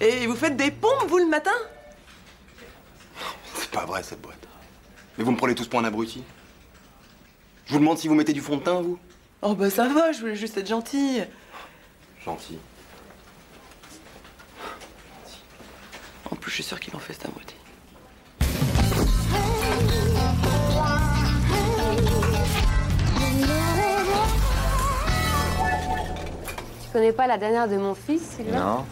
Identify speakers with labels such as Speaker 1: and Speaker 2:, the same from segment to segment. Speaker 1: Et vous faites des pompes, vous, le matin
Speaker 2: C'est pas vrai cette boîte. Mais vous me prenez tous pour un abruti. Je vous demande si vous mettez du fond de teint, vous
Speaker 1: Oh bah ça va, je voulais juste être gentille.
Speaker 2: Gentil.
Speaker 1: En plus, je suis sûre qu'il en fait cet abruti.
Speaker 3: Tu connais pas la dernière de mon fils, Sylvain
Speaker 4: Non.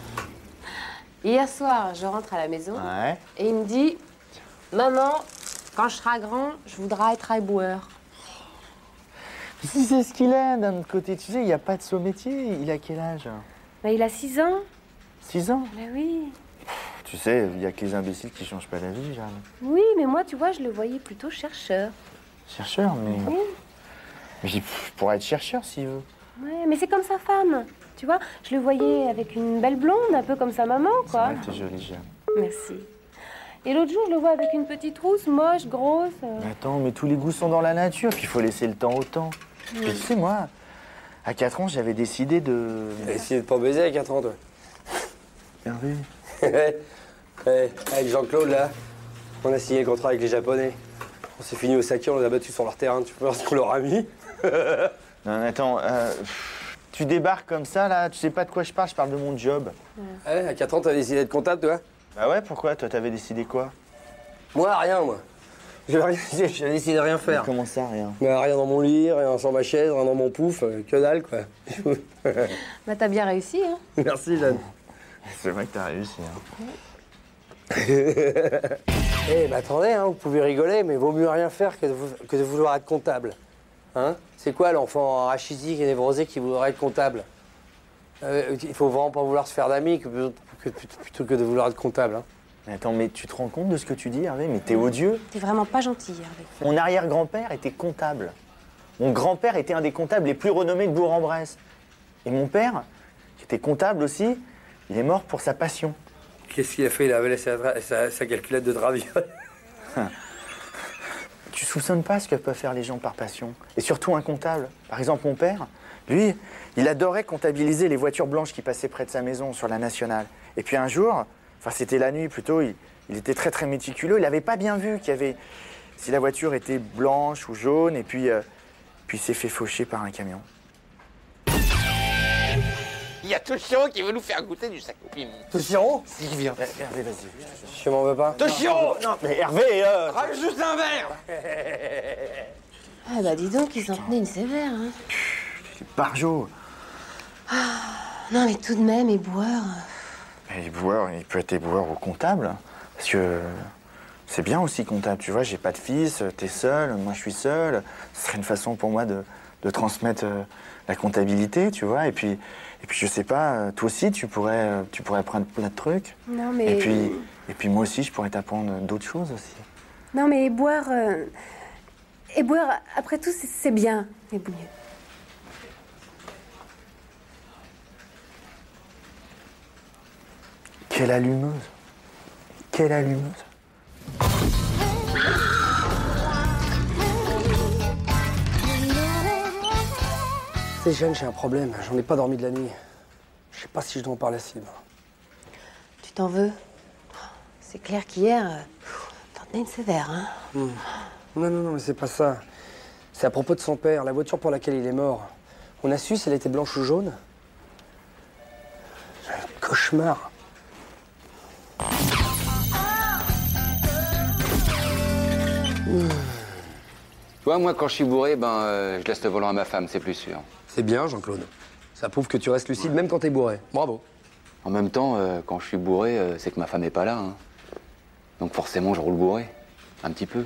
Speaker 3: Hier soir, je rentre à la maison
Speaker 4: Ouais.
Speaker 3: et il me dit Maman, quand je serai grand, je voudrais être éboueur.
Speaker 4: Si c'est ce qu'il a d'un autre côté, tu sais, il n'y a pas de saut métier. Il a quel âge
Speaker 3: Mais Bah, il a 6 ans
Speaker 4: 6 ans.
Speaker 3: Mais oui.
Speaker 4: Tu sais, il n'y a que les imbéciles qui changent pas la vie, Jeanne.
Speaker 3: Oui, mais moi, tu vois, je le voyais plutôt chercheur.
Speaker 4: Chercheur, mais.
Speaker 3: Oui.
Speaker 4: Mais il pourrait être chercheur s'il veut.
Speaker 3: Ouais, mais c'est comme sa femme. Tu vois, je le voyais avec une belle blonde, un peu comme sa maman,
Speaker 4: C'est
Speaker 3: quoi.
Speaker 4: vrai que t'es jolie, Jeanne.
Speaker 3: Merci. Et l'autre jour, je le vois avec une petite rousse, moche, grosse. euh.
Speaker 4: Mais attends, mais tous les goûts sont dans la nature, puis il faut laisser le temps au temps. Puis tu sais, moi, à 4 ans, j'avais décidé de.
Speaker 5: Essayez de pas baiser à 4 ans, toi.
Speaker 4: Hervé.
Speaker 5: Ouais. Ouais, avec Jean-Claude, là, on a signé le contrat avec les Japonais. On s'est fini au saké, on les a battus sur leur terrain. Tu peux voir ce qu'on leur a mis
Speaker 4: Non, mais attends, euh, pff, tu débarques comme ça, là, tu sais pas de quoi je parle, je parle de mon job.
Speaker 5: Ouais, À 4 ans, t'as décidé d'être comptable, toi
Speaker 4: Bah ouais, pourquoi Toi, t'avais décidé quoi
Speaker 5: Moi, rien, moi. J'ai rien- j'ai décidé de rien faire.
Speaker 4: Comment ça, rien
Speaker 5: Bah, rien dans mon lit, rien sur ma chaise, rien dans mon pouf, euh, que dalle, quoi.
Speaker 3: Bah, t'as bien réussi, hein
Speaker 5: Merci, Jeanne.
Speaker 4: C'est vrai que t'as réussi, hein.
Speaker 5: Eh, bah attendez, hein, vous pouvez rigoler, mais vaut mieux rien faire que de, vou- que de vouloir être comptable. Hein C'est quoi l'enfant rachitique et névrosé qui voudrait être comptable Euh, Il faut vraiment pas vouloir se faire d'amis que, que- plutôt que de vouloir être comptable. hein.
Speaker 4: Mais attends, mais tu te rends compte de ce que tu dis, Hervé Mais t'es odieux.
Speaker 3: T'es vraiment pas gentil, Hervé.
Speaker 4: Mon arrière-grand-père était comptable. Mon grand-père était un des comptables les plus renommés de Bourg-en-Bresse. Et mon père, qui était comptable aussi, il est mort pour sa passion.
Speaker 5: Qu'est-ce qu'il a fait Il avait laissé sa, sa- sa calculette de traviole.
Speaker 4: Tu soupçonnes pas ce que peuvent faire les gens par passion. Et surtout un comptable. Par exemple, mon père, lui, il adorait comptabiliser les voitures blanches qui passaient près de sa maison sur la nationale. Et puis un jour, enfin c'était la nuit plutôt, il, il était très très méticuleux. Il n'avait pas bien vu qu'il y avait si la voiture était blanche ou jaune. Et puis, euh, puis il s'est fait faucher par un camion.
Speaker 6: Il y a Toshiro qui veut nous faire goûter du sakopim.
Speaker 5: Toshiro
Speaker 4: Hervé, vas-y.
Speaker 5: Je m'en veux pas.
Speaker 6: Toshiro
Speaker 4: Non, mais Hervé, euh,
Speaker 6: Rajoute juste un verre
Speaker 3: Ah, bah, dis donc, ils en tenaient une sévère, hein.
Speaker 4: Barjo.
Speaker 3: Non, mais tout de même, éboueur.
Speaker 4: Mais éboueur, Ben, il peut être éboueur ou comptable. Parce que euh, c'est bien aussi comptable. Tu vois, j'ai pas de fils, euh, t'es seul, moi je suis seul. Ce serait une façon pour moi de, de transmettre euh, la comptabilité, tu vois. Et puis, et puis je sais pas, euh, toi aussi tu pourrais, euh, tu pourrais apprendre plein de trucs.
Speaker 3: Non, mais.
Speaker 4: Et puis, et puis moi aussi je pourrais t'apprendre d'autres choses aussi.
Speaker 3: Non, mais éboueur. euh, Éboueur, après tout, c'est- c'est bien, mais mieux.
Speaker 4: Quelle allumeuse Quelle allumeuse
Speaker 5: C'est jeune, j'ai un problème. J'en ai pas dormi de la nuit. Je sais pas si je dois en parler à Sylvain.
Speaker 3: Tu t'en veux C'est clair qu'hier, euh, pff, t'en tenais une sévère, hein
Speaker 5: Non, non, non, mais c'est pas ça. C'est à propos de son père, la voiture pour laquelle il est mort. On a su si elle était blanche ou jaune Un cauchemar.
Speaker 2: Tu vois, moi, quand je suis bourré, ben, euh, je laisse le volant à ma femme, c'est plus sûr.
Speaker 5: C'est bien, Jean-Claude. Ça prouve que tu restes lucide même quand t'es bourré. Bravo.
Speaker 2: En même temps, euh, quand je suis bourré, euh, c'est que ma femme n'est pas là. hein. Donc forcément, je roule bourré. Un petit peu.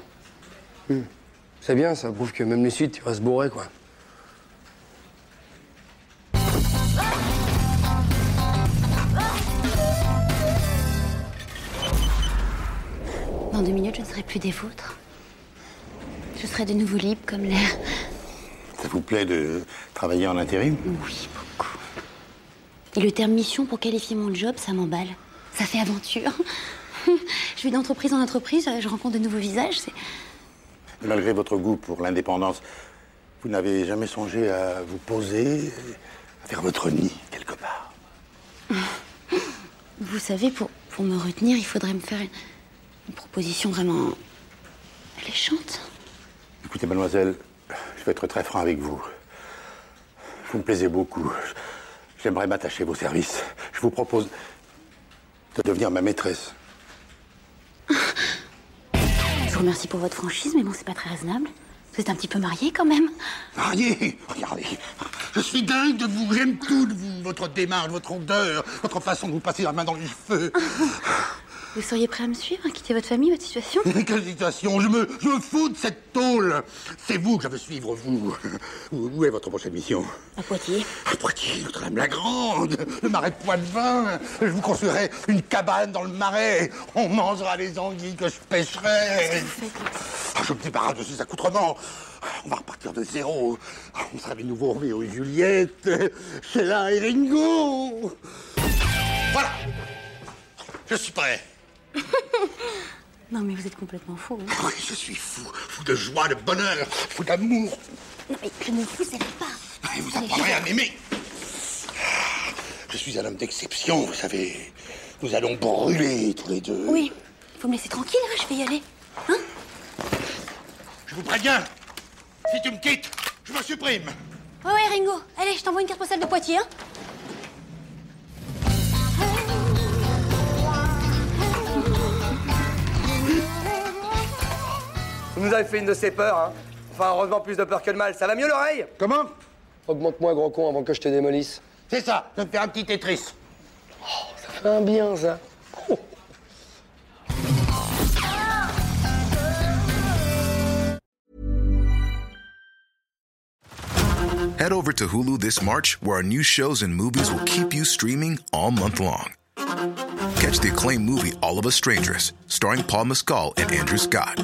Speaker 5: C'est bien, ça prouve que même lucide, tu restes bourré, quoi.
Speaker 7: Dans deux minutes, je ne serai plus des vôtres. Je serai de nouveau libre comme l'air.
Speaker 8: Ça vous plaît de travailler en intérim
Speaker 7: Oui, beaucoup. Et le terme mission pour qualifier mon job, ça m'emballe. Ça fait aventure. Je vais d'entreprise en entreprise, je rencontre de nouveaux visages. C'est...
Speaker 8: Malgré votre goût pour l'indépendance, vous n'avez jamais songé à vous poser, à faire votre nid quelque part.
Speaker 7: Vous savez, pour, pour me retenir, il faudrait me faire une, une proposition vraiment alléchante.
Speaker 8: Écoutez, mademoiselle, je vais être très franc avec vous. Vous me plaisez beaucoup. J'aimerais m'attacher à vos services. Je vous propose de devenir ma maîtresse.
Speaker 7: Je vous remercie pour votre franchise, mais bon, c'est pas très raisonnable. Vous êtes un petit peu marié quand même.
Speaker 8: Marié Regardez Je suis dingue de vous, j'aime tout de vous. Votre démarche, votre odeur, votre façon de vous passer la main dans le feu.
Speaker 7: Vous seriez prêt à me suivre, à quitter votre famille, votre situation
Speaker 8: Mais quelle situation je me, je me fous de cette tôle C'est vous que je veux suivre, vous Où, où est votre prochaine mission
Speaker 7: À Poitiers.
Speaker 8: À Poitiers, Notre-Dame la Grande, le marais Poitevin Je vous construirai une cabane dans le marais On mangera les anguilles que je pêcherai Ah, Je me débarrasse de ces accoutrements On va repartir de zéro Ah, On sera les nouveaux Roméo et Juliette Sheila et Ringo Voilà Je suis prêt
Speaker 7: Non, mais vous êtes complètement fou. hein.
Speaker 8: Oui, je suis fou, fou de joie, de bonheur, fou d'amour.
Speaker 7: Non, mais je ne vous aime pas.
Speaker 8: Et vous apprendrez à m'aimer. Je suis un homme d'exception, vous savez. Nous allons brûler tous les deux.
Speaker 7: Oui, faut me laisser tranquille, hein, je vais y aller.
Speaker 8: Je vous préviens, si tu me quittes, je me supprime.
Speaker 7: Ouais, ouais, Ringo. Allez, je t'envoie une carte postale de Poitiers, hein.
Speaker 5: Vous nous avez fait une de ces peurs, hein. Enfin, heureusement, plus de peur que de mal. Ça va mieux l'oreille
Speaker 8: Comment
Speaker 5: Augmente-moi, gros con, avant que je te démolisse.
Speaker 8: C'est ça, je vais me faire un petit Tetris.
Speaker 5: Un bien, ça.
Speaker 9: Head over to Hulu this March, where our new shows and movies will keep you streaming all month long. Catch the acclaimed movie All of Us Strangers, starring Paul Mescal and Andrew Scott.